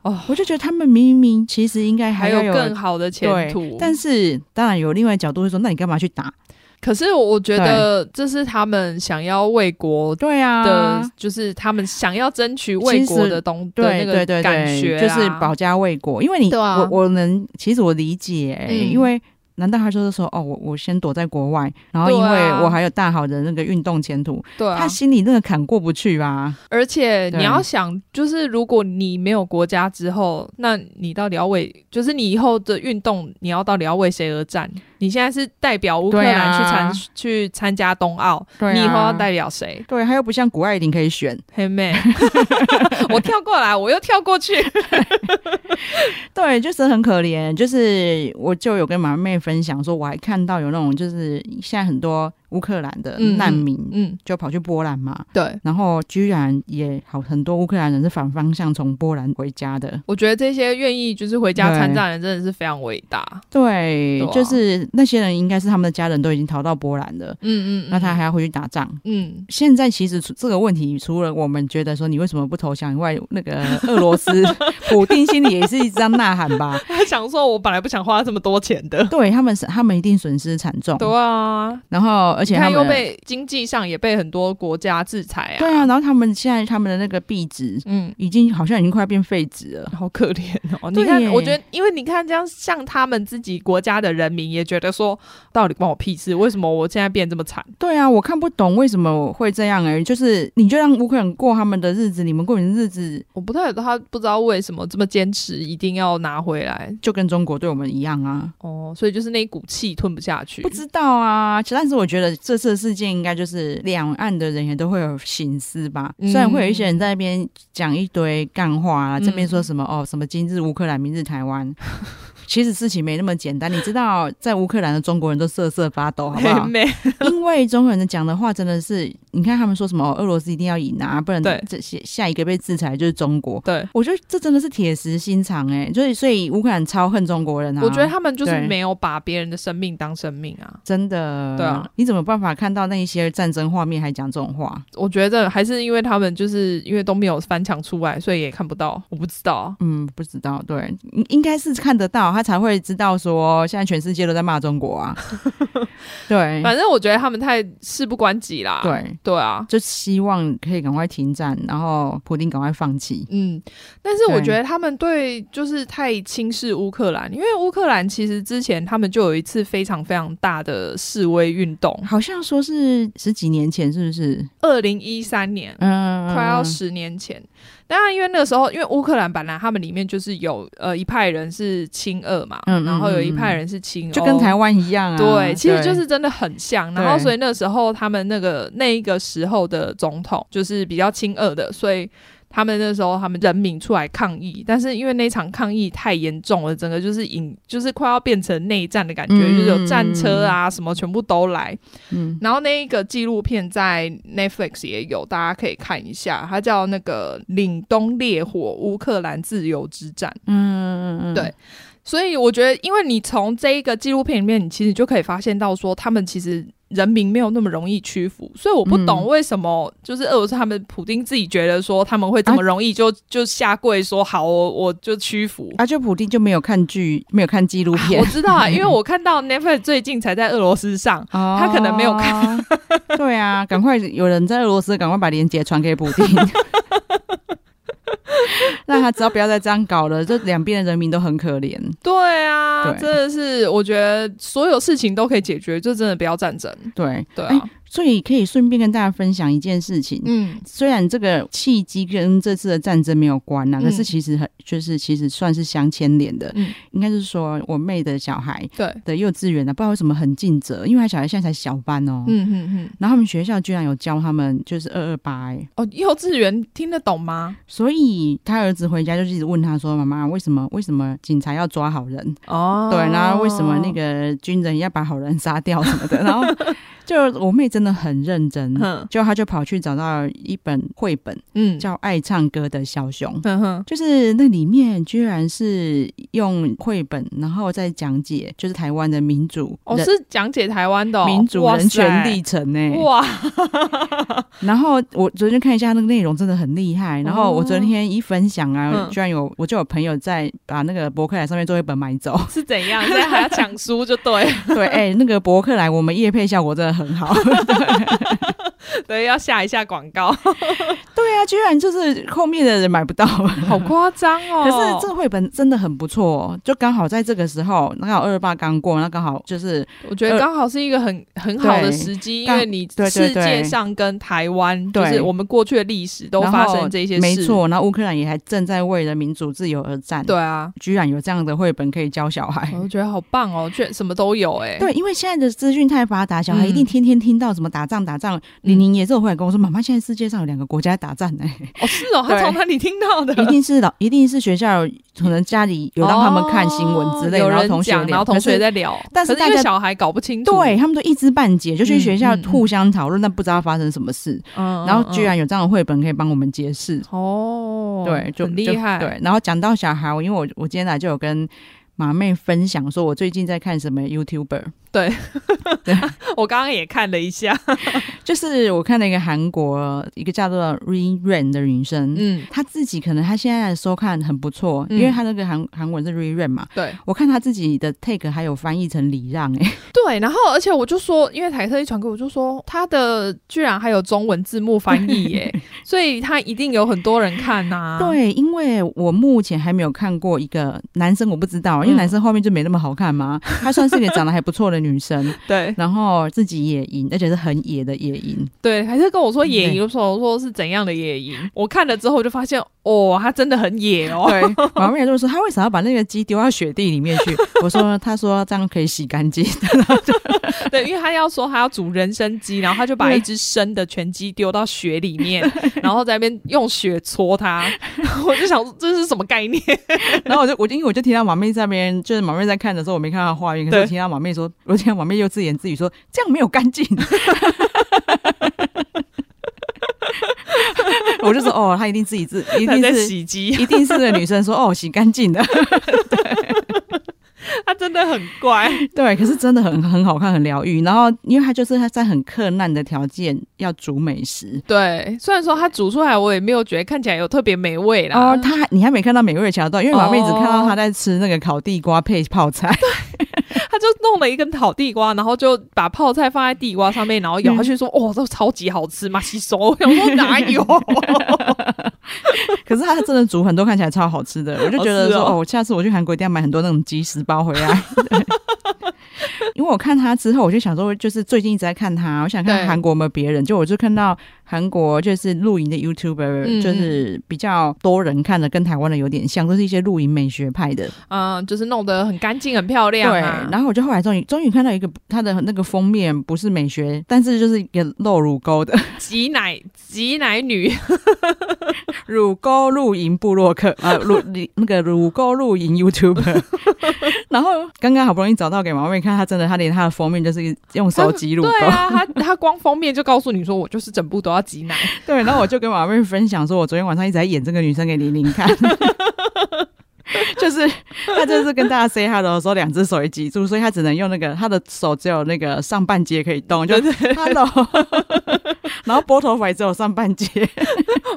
S1: 哦
S2: 我就觉得他们明明其实应该
S1: 还
S2: 要
S1: 有更好的前途
S2: 对，。但是当然有另外角度会说，那你干嘛去打？
S1: 可是我觉得这是他们想要为国
S2: 对啊
S1: 的，就是他们想要争取为国的东的
S2: 对
S1: 那
S2: 对对
S1: 个感觉
S2: 对，
S1: 啊，
S2: 就是保家卫国。因为你，
S1: 对啊
S2: 我我能，其实我理解、欸
S1: 嗯
S2: 因为难道他就是说，哦，我我先躲在国外，然后因
S1: 对啊
S2: 为我还有大好的那个运动前途，
S1: 对啊
S2: 他。心里那个坎过不去啊吧？
S1: 而且
S2: 对
S1: 你要想，就是如果你没有国家之后，那你到底要为，就是你以后的运动，你要到底要为谁而战？你现在是代表乌克
S2: 对
S1: 兰
S2: 啊
S1: 去参、去参加冬奥，
S2: 对、啊
S1: 你以后要代。表谁？
S2: 对，他又不像谷爱凌可以选，
S1: 黑妹， 我跳过来，我又跳过去。
S2: 对，就是很可怜。就是我就有跟马妹分享说，我还看到有那种就是现在很多乌克兰的
S1: 嗯嗯
S2: 难民
S1: 嗯，
S2: 就跑去波兰嘛，
S1: 对，
S2: 然后居然也好很多乌克兰人是反方向从波兰回家的。
S1: 我觉得这些愿意就是回家参战的人真的是非常伟大。
S2: 对，
S1: 对啊
S2: 就是那些人应该是他们的家人都已经逃到波兰了，
S1: 嗯嗯，嗯
S2: 那他还要回去打仗。
S1: 嗯，
S2: 现在其实除这个问题，除了我们觉得说你为什么不投降以外，那个俄 罗斯普丁心里也是一直在呐喊吧？
S1: 他想说，我本来不想花这么多钱的。
S2: 对他们是，他们一定损失惨重。
S1: 对啊，
S2: 然后而且
S1: 你
S2: 他
S1: 看又
S2: 们
S1: 被经济上也被很多国家制裁啊。
S2: 对啊，然后他们现在他们的那个币值
S1: 嗯，
S2: 已经好像已经快变废纸了。
S1: 好可怜哦。
S2: 对
S1: 你看
S2: 耶，
S1: 我觉得，因为你看这样，像他们自己国家的人民也觉得说，到底关我屁事？为什么我现在变这么惨？
S2: 对啊，我看不懂为什么会这样哎、就是你就让乌克兰过他们的日子，你们过你们的日子
S1: 我不太，他不知道为什么这么坚持，一定要拿回来。
S2: 就跟中国对我们一样啊。
S1: 哦，所以就是那一股气吞不下去
S2: 不。知道啊，其但是我觉得这次事件应该就是两岸的人也都会有醒思吧。
S1: 嗯
S2: 虽然会有一些人在那边讲一堆干话啊，
S1: 嗯
S2: 这边说什么、哦什么今日乌克兰，明日台湾， 其实事情没那么简单。你知道，在乌克兰的中国人都瑟瑟发 抖，好不好？
S1: 妹，
S2: 因为中国人讲的话真的是，你看他们说什么、哦俄罗斯一定要赢啊，不然
S1: 对
S2: 这些下一个被制裁就是中国。
S1: 对。
S2: 我觉得这真的是铁石心肠哎、所以所以乌克兰超恨中国人啊。
S1: 我觉得他们就是
S2: 对
S1: 没有把别人的生命当生命啊！
S2: 真的，
S1: 对啊，
S2: 你怎么有办法看到那一些战争画面还讲这种话？
S1: 我觉得还是因为他们就是因为都没有翻墙出来，所以也看不到。我不知道啊，
S2: 嗯，不知道，对，应应该是看得到，他才会知道说现在全世界都在骂中国 啊。对
S1: 反正我觉得他们太事不关己啦。
S2: 嗯对，
S1: 对啊，
S2: 就希望可以赶快停战，然后普丁赶快放弃。
S1: 嗯，但是我
S2: 对
S1: 觉得他们对就是太轻视乌克兰，因为乌克兰其实之前他们就有一次非常非常大的示威运动，
S2: 好像说是十几年前，是不是？
S1: 二零一三年。
S2: 嗯，
S1: 快要十年前，当然，因为那个时候，因为乌克兰本来他们里面就是有呃一派人是亲俄嘛，
S2: 嗯嗯
S1: 然后有一
S2: 嗯嗯
S1: 派人是亲欧，
S2: 就跟台湾一样啊。
S1: 哦对，其实就是真的很像。然后，
S2: 对
S1: 所以那时候他们那个那一个时候的总统就是比较亲俄的，所以他们那时候他们人民出来抗议，但是因为那场抗议太严重了，整个就是引就是快要变成内战的感觉，
S2: 嗯
S1: 就是有战车啊什么全部都来。
S2: 嗯
S1: 然后那一个纪录片在 Netflix 也有，大家可以看一下，它叫那个《凛冬烈火：乌克兰自由之战》。
S2: 嗯嗯嗯，
S1: 对所以我觉得，因为你从这一个纪录片里面，你其实就可以发现到说，他们其实人民没有那么容易屈服。所以我不懂
S2: 嗯
S1: 为什么，就是俄罗斯他们普丁自己觉得说他们会这么容易就、就下跪说好，我我就屈服。
S2: 啊，就普丁就没有看剧，没有看 纪录片
S1: 我，知道啊，因为我看到 Netflix 最近才在俄罗斯上，
S2: 哦
S1: 他可能没有
S2: 看。哦对啊，赶快有人在俄罗斯，赶快把链接传给 普丁。让他知道不要再这样搞了，这两边的人民都很可怜。
S1: 对啊，
S2: 对
S1: 真的是我觉得所有事情都可以解决，就真的不要战争。
S2: 对，
S1: 对啊，
S2: 哎所以可以顺便跟大家分享一件事情。
S1: 嗯，
S2: 虽然这个契机跟这次的战争没有关呐、
S1: 嗯
S2: 可是其实很就是其实算是相牵连的。
S1: 嗯
S2: 应该是说我妹的小孩
S1: 对，
S2: 的幼稚园呢、啊，不知道为什么很尽责，因为她小孩现在才小班哦。
S1: 嗯嗯嗯，
S2: 然后他们学校居然有教他们就是二二八哎，
S1: 哦，幼稚园听得懂吗？
S2: 所以他儿子回家就一直问他说：“妈妈，为什么为什么警察要抓好人？
S1: 哦，
S2: 对，然后为什么那个军人要把好人杀掉什么的？” 然后就我妹真的很认真，
S1: 哼
S2: 就她就跑去找到一本绘本，
S1: 嗯，
S2: 叫《爱唱歌的小熊》。
S1: 哼哼，
S2: 就是那里面居然是用绘本，然后再讲解就是台湾的民主
S1: 哦，
S2: 人
S1: 是讲解台湾的哦
S2: 民主人权历程呢、欸
S1: 哇，
S2: 然后我昨天看一下那个内容，真的很厉害。然后我昨天一分享啊，
S1: 嗯
S2: 居然有我就有朋友在把那个博客来上面做一本买 走。
S1: 是怎样？现在还要抢书就对，
S2: 对，哎、那个博客来我们业配效果真的很好。
S1: 对，要下一下广告，
S2: 对啊，居然就是后面的人买不到。
S1: 好夸张哦。
S2: 可是这绘本真的很不错、哦，就刚好在这个时候，刚好二二八刚过，那刚好就是
S1: 我觉得刚好是一个很很好的时机，因
S2: 呃刚
S1: 为你
S2: 对对
S1: 世
S2: 对
S1: 界上跟台湾，就
S2: 对
S1: 是我们过去的历史都
S2: 然
S1: 发
S2: 后
S1: 生这些事，
S2: 没，错。然后乌克兰也还正在为了民主自由而战，
S1: 对，啊，
S2: 居然有这样的绘本可以教小孩。
S1: 我觉得好棒哦，却什么都有哎、
S2: 哎对，因为现在的资讯太发达，小孩一定
S1: 嗯
S2: 天天听到什么打仗打仗。李宁也是有回来跟我说：“妈妈，现在世界上有两个国家打仗 哎、
S1: 哦是哦，他
S2: 对
S1: 从哪里听到的？
S2: 一定是老，一定是学校可能家里有让他们看新闻之类，
S1: 哦有
S2: 然后
S1: 人
S2: 同学
S1: 讲，
S2: 聊
S1: 然后同
S2: 可
S1: 学
S2: 是
S1: 在聊，
S2: 但是
S1: 可因
S2: 大
S1: 为
S2: 家
S1: 小孩搞不清楚，
S2: 对他们都一知半解，就去学校
S1: 嗯嗯嗯
S2: 互相讨论，但不知道发生什么事。
S1: 嗯，嗯，
S2: 然后居
S1: 嗯
S2: 然有这样的绘本可以帮我们解释，
S1: 哦，
S2: 对，就
S1: 很厉害，
S2: 就对，然后讲到小孩，我因为我我今天来就有跟。马妹分享说，我最近在看什么 YouTuber，
S1: 我刚刚也看了一 下，
S2: 就是我看了一个韩国一个叫做 Rain Rain 的女生，
S1: 嗯，
S2: 她自己可能她现在的收看很不错，
S1: 嗯
S2: 因为她那个韩韩文是 Rain Rain 嘛，
S1: 对
S2: 我看她自己的 take 还有翻译成礼让、欸，
S1: 对，然后而且我就说，因为台特一传给我就说，他的居然还有中文字幕翻译 耶，所以他一定有很多人看呐、，
S2: 对，因为我目前还没有看过一个男生，我不知道，
S1: 嗯
S2: 因为男生后面就没那么好看嘛，她算是个长得还不错的女生，
S1: 对
S2: 然后自己野营，而且是很野的野营，
S1: 对，还是跟我说野
S2: 嗯
S1: 营的时候说是怎样的野营，我看了之后就发现，哦，他真的很野 哦。
S2: 对，马妹就说他为啥要把那个鸡丢到雪地里面去？我说他说这样可以洗干净。
S1: 对，因为他要说他要煮人参鸡，然后他就把一只生的全鸡丢到雪里 面，然后在那边用雪搓它， 我就想说这是什么概念？
S2: 然后我就我就因为我就听到马妹在那边，就是马妹在看的时候，我没看到她画面，可是
S1: 对
S2: 我听到马妹说，我听到马妹又自言自语说这样没有干净。 我就说哦，她一定自己自一
S1: 他
S2: 定
S1: 在
S2: 是。
S1: 洗鸡，
S2: 一定是那女生说哦，洗干净的，
S1: 他真的很乖。
S2: 对，可是真的很很好看，很疗愈。然后，因为她就是她在很困难的条件要煮美食，
S1: 对，虽然说它煮出来，我也没有觉得看起来有特别美味啦。
S2: 哦，他还你还没看到美味的桥段，因为马妹只看到
S1: 啊哦
S2: 她在吃那个烤地瓜配泡菜，
S1: 他就弄了一根烤地瓜，然后就把泡菜放在地瓜上面，然后
S2: 嗯
S1: 咬下去说：“哦，这超级好吃，马西手。”我想说哪有？
S2: 可是她真的煮很多看起来超好吃的，我就觉得
S1: 是
S2: 说
S1: 哦
S2: 哦下次我去韩国一定要买很多那种即食包回来。 因为我看她之后，我就想说，就是最近一直在看她，我想
S1: 对
S2: 看韩国有没有别人，就我就看到韩国就是露营的 YouTuber，、
S1: 嗯
S2: 就是比较多人看的，跟台湾的有点像，都是一些露营美学派的。
S1: 嗯，就是弄得很干净、很漂亮、啊。
S2: 对，然后我就后来终于终于看到一个它的那个封面不是美学，但是就是一个露乳沟的，
S1: 挤奶挤奶女，
S2: 乳沟露营部落 客啊，乳你那个乳沟露营 YouTuber，然后刚刚好不容易找到给毛妹看，她真的，她连她的封面就是用手机乳沟，
S1: 对 啊，他他光封面就告诉你说，我就是整部都要挤奶。
S2: 对，然后我就跟毛妹分享说，我昨天晚上一直在演这个女生给玲玲看。 就是她就是跟大家 say hello 的时候，两只手也挤住，所以她只能用那个她的手只有那个上半截可以动， 就是 hello，然后拨头发也只有上半截，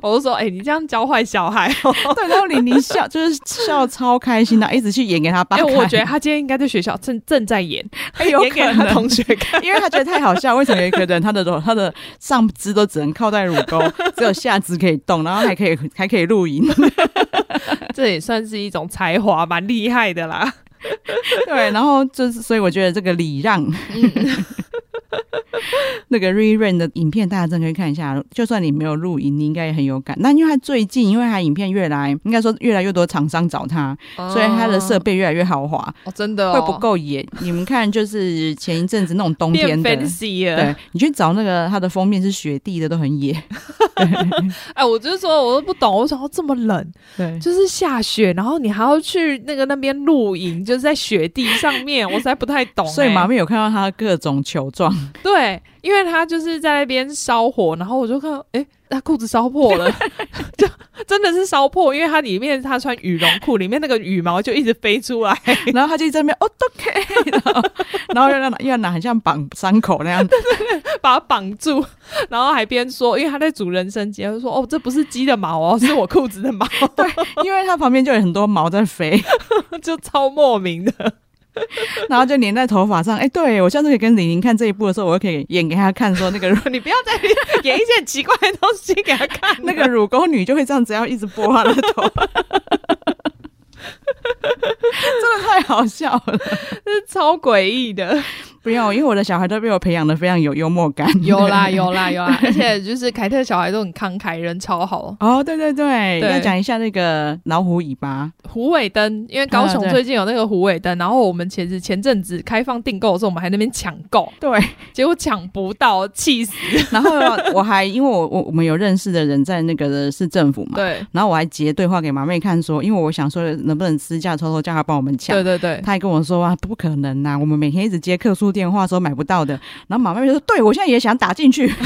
S1: 我就说，哎、你这样教坏小孩哦。
S2: 对，然后玲玲笑就是笑超开心的，一直去演给她爸
S1: 哎、
S2: 看。
S1: 我觉得他今天应该在学校正正在演，
S2: 哎 有
S1: 演给
S2: 可
S1: 他
S2: 能
S1: 同学看。
S2: 因为他觉得太好笑，为什么有一个人他的头他的上肢都只能靠在乳沟，只有下肢可以动，然后还可以还可以露营，
S1: 这也算是一种才华，蛮厉害的 啦。嗯
S2: 对，然后就是所以我觉得这个礼让， 那个 rerun 的影片，大家真的可以看一下。就算你没有录影，你应该也很有感。那因为他最近，因为他影片越来，应该说越来越多厂商找他，所以他的设备越来越豪华，
S1: 哦真哦的、哦、
S2: 会不够野。你们看，就是前一阵子那种冬
S1: 变
S2: 天的。
S1: fancy 了。
S2: 对你去找那个它的封面是雪地的，都很野。
S1: 哎，我就是说，我都不懂，我想要这么冷，
S2: 对，
S1: 就是下雪，然后你还要去那个那边露营，就是在雪地上面，我实在不太懂、
S2: 所以
S1: 嘛
S2: 马，妹有看到他各种球 状，
S1: 对，因为他就是在那边烧火，然后我就看，哎、他裤子烧破了， 就真的是烧破，因为他里面他穿羽绒裤，里面那个羽毛就一直飞出来，
S2: 然后他就在那边哦都可以，然后然后又 要拿又要拿很像绑伤口那 样，
S1: 把它绑住， 然后还边说，因为他在煮人参鸡，他就说，哦，这不是鸡的毛哦，是 我裤子的毛，
S2: 因为它旁边就有很多毛在飞，
S1: 就超莫名的。
S2: 然后就粘在头发上。哎、对我下次可以跟玲玲看这一部的时候，我就可以演给她看，说那个
S1: 你不要再演一些很奇怪的东西给他看
S2: 那个乳沟女就会这样子，要一直拨她的 头。真的太好笑了！
S1: 是超诡异的。
S2: 不要，因为我的小孩都被我培养的非常有幽默感。
S1: 有啦，有啦，有啦！而且就是凯特小孩都很慷慨，人超好。
S2: 哦，对对对，
S1: 对
S2: 要讲一下那个老虎尾巴，
S1: 虎尾灯，因为高雄
S2: 啊对
S1: 最近有那个虎尾灯，然后我们其实前阵子开放订购的时候，我们还在那边抢购，
S2: 对。
S1: 结果抢不到， 气死。
S2: 然后我还因为我我我们有认识的人在那个市政府嘛，
S1: 对，
S2: 然后我还截对话给马妹看说，因为我想说能不能私下偷偷叫她帮我们抢
S1: 对。对对，
S2: 她还跟我说啊，不可能呐、我们每天一直接客诉电话，说买不到的。然后马妹就说，对我现在也想打 进去。
S1: 然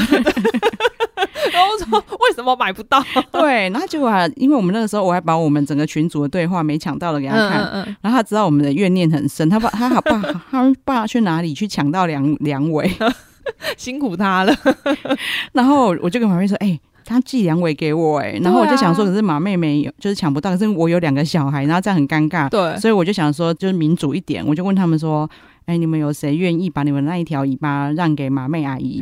S1: 后我说为什么买不到？
S2: 对，然后结果、啊、因为我们那个时候我还把我们整个群组的对话没抢到的给她看，
S1: 嗯，
S2: 然后她知道我们的怨念很深，她爸她好爸她爸去哪里去抢到梁梁伟，
S1: 嗯辛苦他了。
S2: 然后我就跟马妹说，哎、她寄梁伟给我
S1: 啊
S2: 哎、然后我就想说，可是马妹没有，就是抢不到，可是我有两个小孩，然后这样很尴尬，
S1: 对，
S2: 所以我就想说，就是民主一点，我就问他们说：“哎、你们有谁愿意把你们那一条尾巴让给马妹阿 姨？”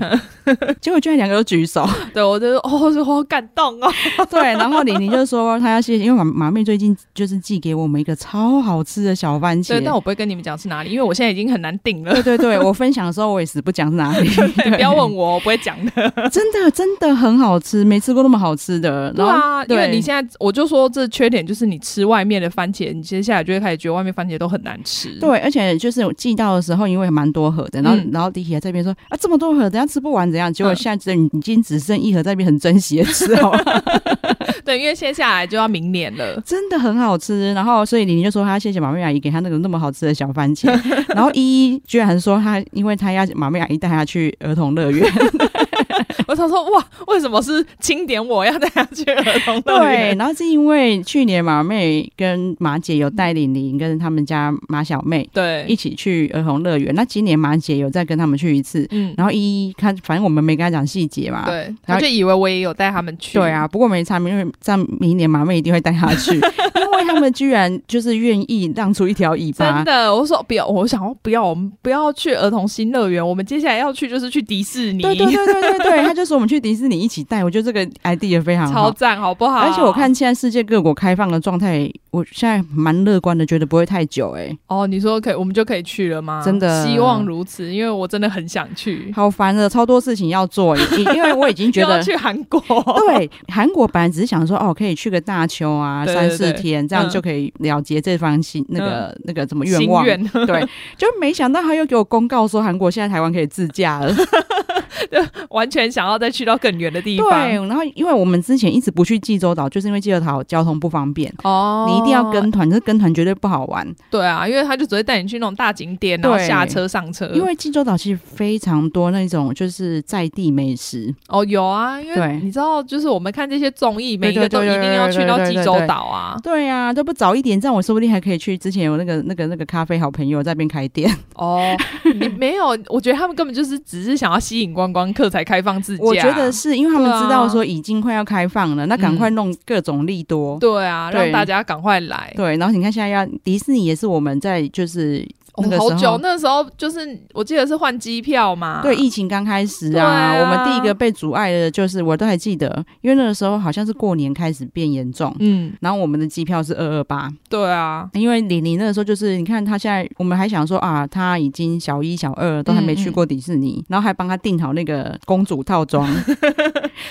S2: 结果居然两个都举手，
S1: 对我就哦，我好感动哦。
S2: 对。然后玲玲就说她要谢谢，因为马马妹最近就是寄给我们一个超好吃的小番茄
S1: 对，。但我不会跟你们讲是哪里，因为我现在已经很难定 了。
S2: 对对对，我分享的时候我也死不讲是哪里，
S1: 对，不要问我，我不会讲的。
S2: 真的真的很好吃，没吃过那么好吃的。
S1: 对
S2: 然后
S1: 啊，因为
S2: 对
S1: 你现在我就说这缺点就是你吃外面的番茄，你接下来就会开始觉得外面番茄都很难吃。
S2: 对，而且就是我寄到的时候，因为蛮多盒的，然后、
S1: 嗯
S2: 然后迪迪还在那边说啊，这么多盒，等下吃不完怎样？结果
S1: 嗯
S2: 现在只已经只剩一盒，在那边很珍惜的吃 哦好了，
S1: 对，因为接下来就要明年了。
S2: 真的很好吃。然后所以玲玲就说她谢谢马妹阿姨给她那个那么好吃的小 番茄，然后依依居然说她因为她要马妹阿姨带她去儿童 乐园，
S1: 我想说，哇，为什么是清点我要带他去儿童乐
S2: 对，
S1: 园？
S2: 然后是因为去年马妹跟马姐有带玲玲跟他们家马小妹一
S1: 对，
S2: 起去儿童乐园，那今年马姐有再跟他们去一次。
S1: 嗯，
S2: 然后依依看，反正我们没跟她讲细节嘛，
S1: 对，他就以为我也有带他们去。
S2: 对啊，，不过没差，因为这样明年马妹一定会带他 去，因为他们居然就是愿意让出一条尾
S1: 真
S2: 巴。
S1: 的，我说不要，我想说不要，我们不要去儿童新乐园，我们接下来要去就是去迪士尼，
S2: 对对对对对对，他就说我们去迪士尼一起带，我觉得这个 idea 非常
S1: 超
S2: 好。
S1: 赞，好不好？
S2: 而且我看现在世界各国开放的状态，我现在蛮乐观的，觉得不会太久哎、
S1: 哦，你说可以，我们就可以去了吗？
S2: 真的
S1: 希望如此，因为我真的很想去，
S2: 好烦的，超多事情要做耶， 因因为我已经觉
S1: 嗯又要
S2: 得。
S1: 去韩国。
S2: 对，韩国本来只是想说，哦，可以去个大邱啊，
S1: 对
S2: 三
S1: 对对
S2: 四天，这样
S1: 嗯
S2: 就可以了结这方心那个那个怎么愿
S1: 心
S2: 望，
S1: 愿
S2: 对，就没想到他又给我公告说韩国现在台湾可以自驾了。
S1: 完全想要再去到更远的 地方。
S2: 对，然后因为我们之前一直不去济州岛，就是因为济州岛交通不方便。
S1: 哦
S2: 你一定要跟团，这跟团绝对不好玩，
S1: 对啊，因为他就只会带你去那种大景点，然后
S2: 对
S1: 下车上车。
S2: 因为济州岛其实非常多那种就是在地美食，
S1: 哦有啊，因
S2: 对
S1: 为你知道，就是我们看这些综艺，
S2: 对
S1: 每一个都一
S2: 对对对
S1: 定要去到济州岛啊。
S2: 对呀、啊，都不早一点，这样我说不定还可以去。之前有那个那个那个咖啡好朋友在那边开店，
S1: 哦， 你没有，我觉得他们根本就是只是想要吸引观光客才开放自驾。
S2: 我觉得是因为他们
S1: 对啊
S2: 知道说已经快要开放了，那赶快弄各种利多。
S1: 嗯对啊，
S2: 对
S1: 让大家赶快来。
S2: 对，然后你看现在要迪士尼也是我们在就是
S1: 哦
S2: 那个时候
S1: 好久，那时候就是我记得是换机票嘛，
S2: 对，疫情刚开始啊，
S1: 啊对啊
S2: 我们第一个被阻碍的就是，我都还记得，因为那个时候好像是过年开始变严重，
S1: 嗯，
S2: 然后我们的机票是二二八，
S1: 对啊，
S2: 因为李宁那个时候就是，你看他现在，我们还想说啊，他已经小一、小二都还没去过迪士
S1: 嗯
S2: 尼，然后还帮他订好那个公主 套装，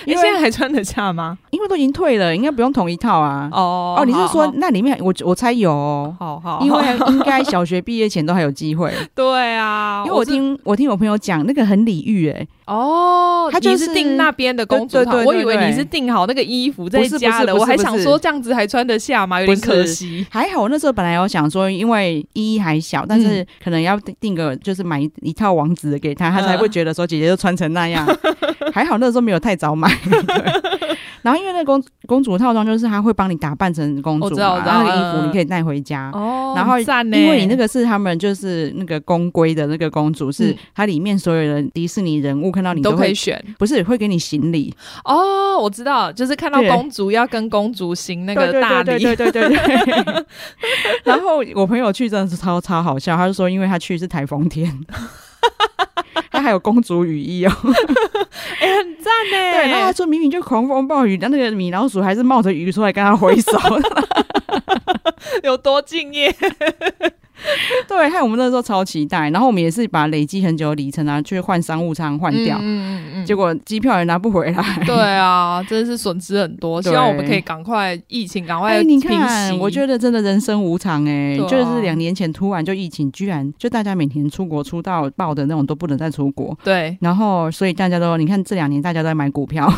S1: 你
S2: 因
S1: 现
S2: 为
S1: 在还穿得下吗？
S2: 因为都已经退了，应该不用同一套啊。
S1: 哦
S2: 哦，你是说
S1: 好
S2: 那里面我我猜有哦、
S1: 好好，好
S2: 因为应该小学毕业前都还有机 会，
S1: 对啊，
S2: 因为我
S1: 是
S2: 听我听我朋友讲，那个很礼遇哎、
S1: 哦，
S2: 他就
S1: 你
S2: 是
S1: 是订那边的公主
S2: 对
S1: 套，
S2: 对对
S1: 我以为
S2: 对
S1: 你是订好那个衣服在
S2: 不是
S1: 家
S2: 不是
S1: 了，
S2: 不是
S1: 我还
S2: 不
S1: 想
S2: 是
S1: 说这样子还穿得下吗？有点
S2: 不是
S1: 可惜。
S2: 还好我那时候本来有想说，因为依依还小，但
S1: 嗯
S2: 是可能要订个就是买一一套王子的给她，她才会觉得说姐姐就穿 成那样。还好那时候没有太早买。对然后因为那公公主套装就是她会帮你打扮成公
S1: 我
S2: 主
S1: 知道我
S2: 嘛，
S1: 知道
S2: 然后那个衣服
S1: 嗯
S2: 你可以带回家。
S1: 哦
S2: 然后
S1: 很赞呢，
S2: 因为你那个是他们就是那个公规的那个公主，是
S1: 嗯
S2: 它里面所有人迪士尼人物看到你
S1: 都
S2: 都
S1: 可以
S2: 会
S1: 选
S2: 不是会给你行礼，
S1: 哦，我知道，就是看到
S2: 对
S1: 公主要跟公主行那
S2: 对
S1: 个
S2: 对
S1: 大
S2: 对
S1: 礼，
S2: 对对对对 对。 然后我朋友去真的是超超好笑，他就说因为他去是台风天。他还有公主雨衣
S1: 哎，
S2: 哦，
S1: 很赞呢。
S2: 对，然后他说明明就狂风暴雨，但那个米老鼠还是冒着雨出来跟他挥 手，
S1: 有多敬业？
S2: 对，害我们那时候超期待，然后我们也是把累积很久的里程啊去换商务舱换掉，
S1: 嗯嗯嗯
S2: 结果机票也拿不回 来。
S1: 对啊，真是损失很多。希
S2: 对
S1: 望我们可以赶快疫情赶快
S2: 哎，
S1: 平
S2: 你
S1: 息。
S2: 看，我觉得真的人生无常哎、
S1: 对啊
S2: 就是两年前突然就疫情，居然就大家每天出国出到爆的那种都不能再出国，
S1: 对
S2: 然后，所以大家都，你看这两年大家都在买 股票，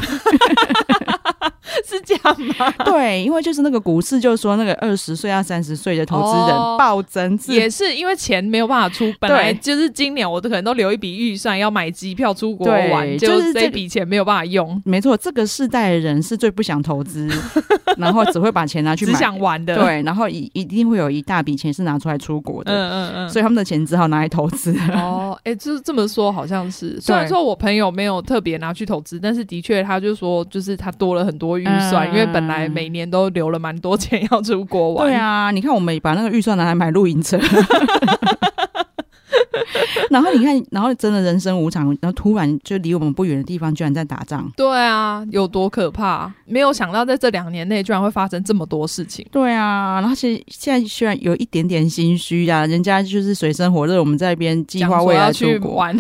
S1: 是这样吗？
S2: 对，因为就是那个股市，就是说那个二十岁啊、三十岁的投资
S1: 哦
S2: 人暴增 至，
S1: 也是因为钱没有办法出，本来
S2: 对
S1: 就是今年我都可能都留一笔预算要买机票出国玩，
S2: 对
S1: 结
S2: 就
S1: 果
S2: 是这
S1: 这
S2: 个
S1: 笔钱没有办法用，
S2: 没错，这个世代的人是最不想投 资，然后只会把钱拿去
S1: 只
S2: 买，
S1: 想玩的。，
S2: 对，然后一一定会有一大笔钱是拿出来出国的，
S1: 嗯嗯嗯。
S2: 所以他们的钱只好拿来投资。
S1: 哦，哎、这这么说好像是，虽然说我朋友没有特别拿去投资，但是的确他就说，就是他多了很多预算，
S2: 嗯
S1: 因为本来每年都留了蛮多钱要出国玩。
S2: 对啊，你看我们把那个预算拿来买 露营车。然后你看，然后真的人生无常，然后突然就离我们不远的地方，居然在打仗。
S1: 对啊，有多可怕？没有想到在这两年内居然会发生这么多事情。
S2: 对啊，然后其实现在虽然有一点点心虚啊，人家就是水深火热，我们在那边计
S1: 讲
S2: 划
S1: 说
S2: 未
S1: 要
S2: 来嗯
S1: 去
S2: 出国，
S1: 玩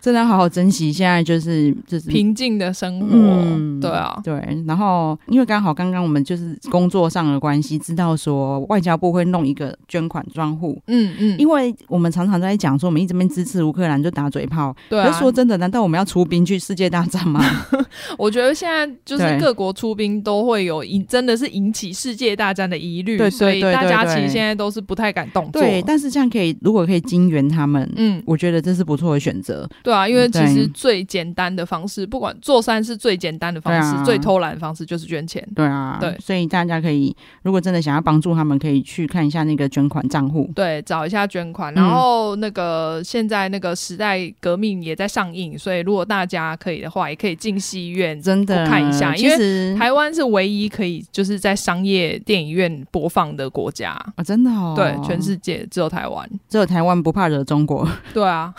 S2: 真的要好好珍惜现在就是就是
S1: 平静的生活，
S2: 嗯
S1: 对啊，
S2: 对。然后因为刚好刚刚我们就是工作上的关系，知道说外交部会弄一个捐款专户。
S1: 嗯嗯，
S2: 因为我们常常在讲说，我们一直边支持乌克兰就打嘴炮。
S1: 对
S2: 可
S1: 啊
S2: 是，说真的，难道我们要出兵去世界大战吗？
S1: 我觉得现在就是
S2: 对
S1: 各国出兵都会有引，真的是引起世界大战的疑虑，
S2: 对对
S1: 所以
S2: 对
S1: 大
S2: 对
S1: 家
S2: 对
S1: 其实现在都是不太敢动作。
S2: 对，但是这样可以，如果可以金援他们，
S1: 嗯，
S2: 我觉得这是不错的选择。
S1: 对啊，因为其实
S2: 嗯对
S1: 最简单的方式，不管做善是最简单的方式，
S2: 对啊
S1: 最偷懒的方式就是捐钱。
S2: 对啊，
S1: 对
S2: 所以大家可以如果真的想要帮助他们，可以去看一下那个捐款账户。
S1: 对，找一下捐款，
S2: 嗯
S1: 然后那个、现在那个时代革命也在上映，所以如果大家可以的话，也可以进戏院
S2: 真的
S1: 看一下
S2: 其实
S1: 台湾是唯一可以就是在商业电影院播放的国家，
S2: 啊、真的哦，
S1: 对，全世界只有台湾。
S2: 只有台湾不怕惹中 国，
S1: 对啊，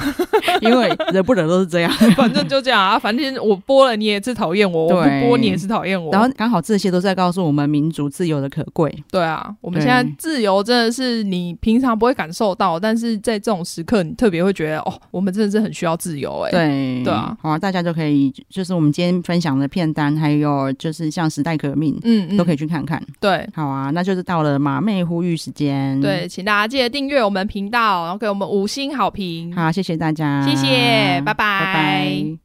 S2: 因为惹不惹都是这样。
S1: 反正就这样啊，反正我播了你也是讨厌我，我不
S2: 对
S1: 播你也是讨厌我。
S2: 然后刚好这些都在告诉我们民主自由的可贵。
S1: 对啊，我们
S2: 对
S1: 现在自由真的是你平常不会感受到，但是在这种时刻，你特别会觉得哦，我们真的是很需要自由哎、
S2: 对
S1: 对啊，
S2: 好啊，大家就可以就是我们今天分享的片单，还有就是像时代革命，
S1: 嗯嗯，
S2: 都可以去看看。
S1: 对。
S2: 好啊，那就是到了马妹呼吁时间。
S1: 对，，请大家记得订阅我们频道，然后给我们五星好评。
S2: 好，谢谢大家，
S1: 谢谢拜拜
S2: 拜拜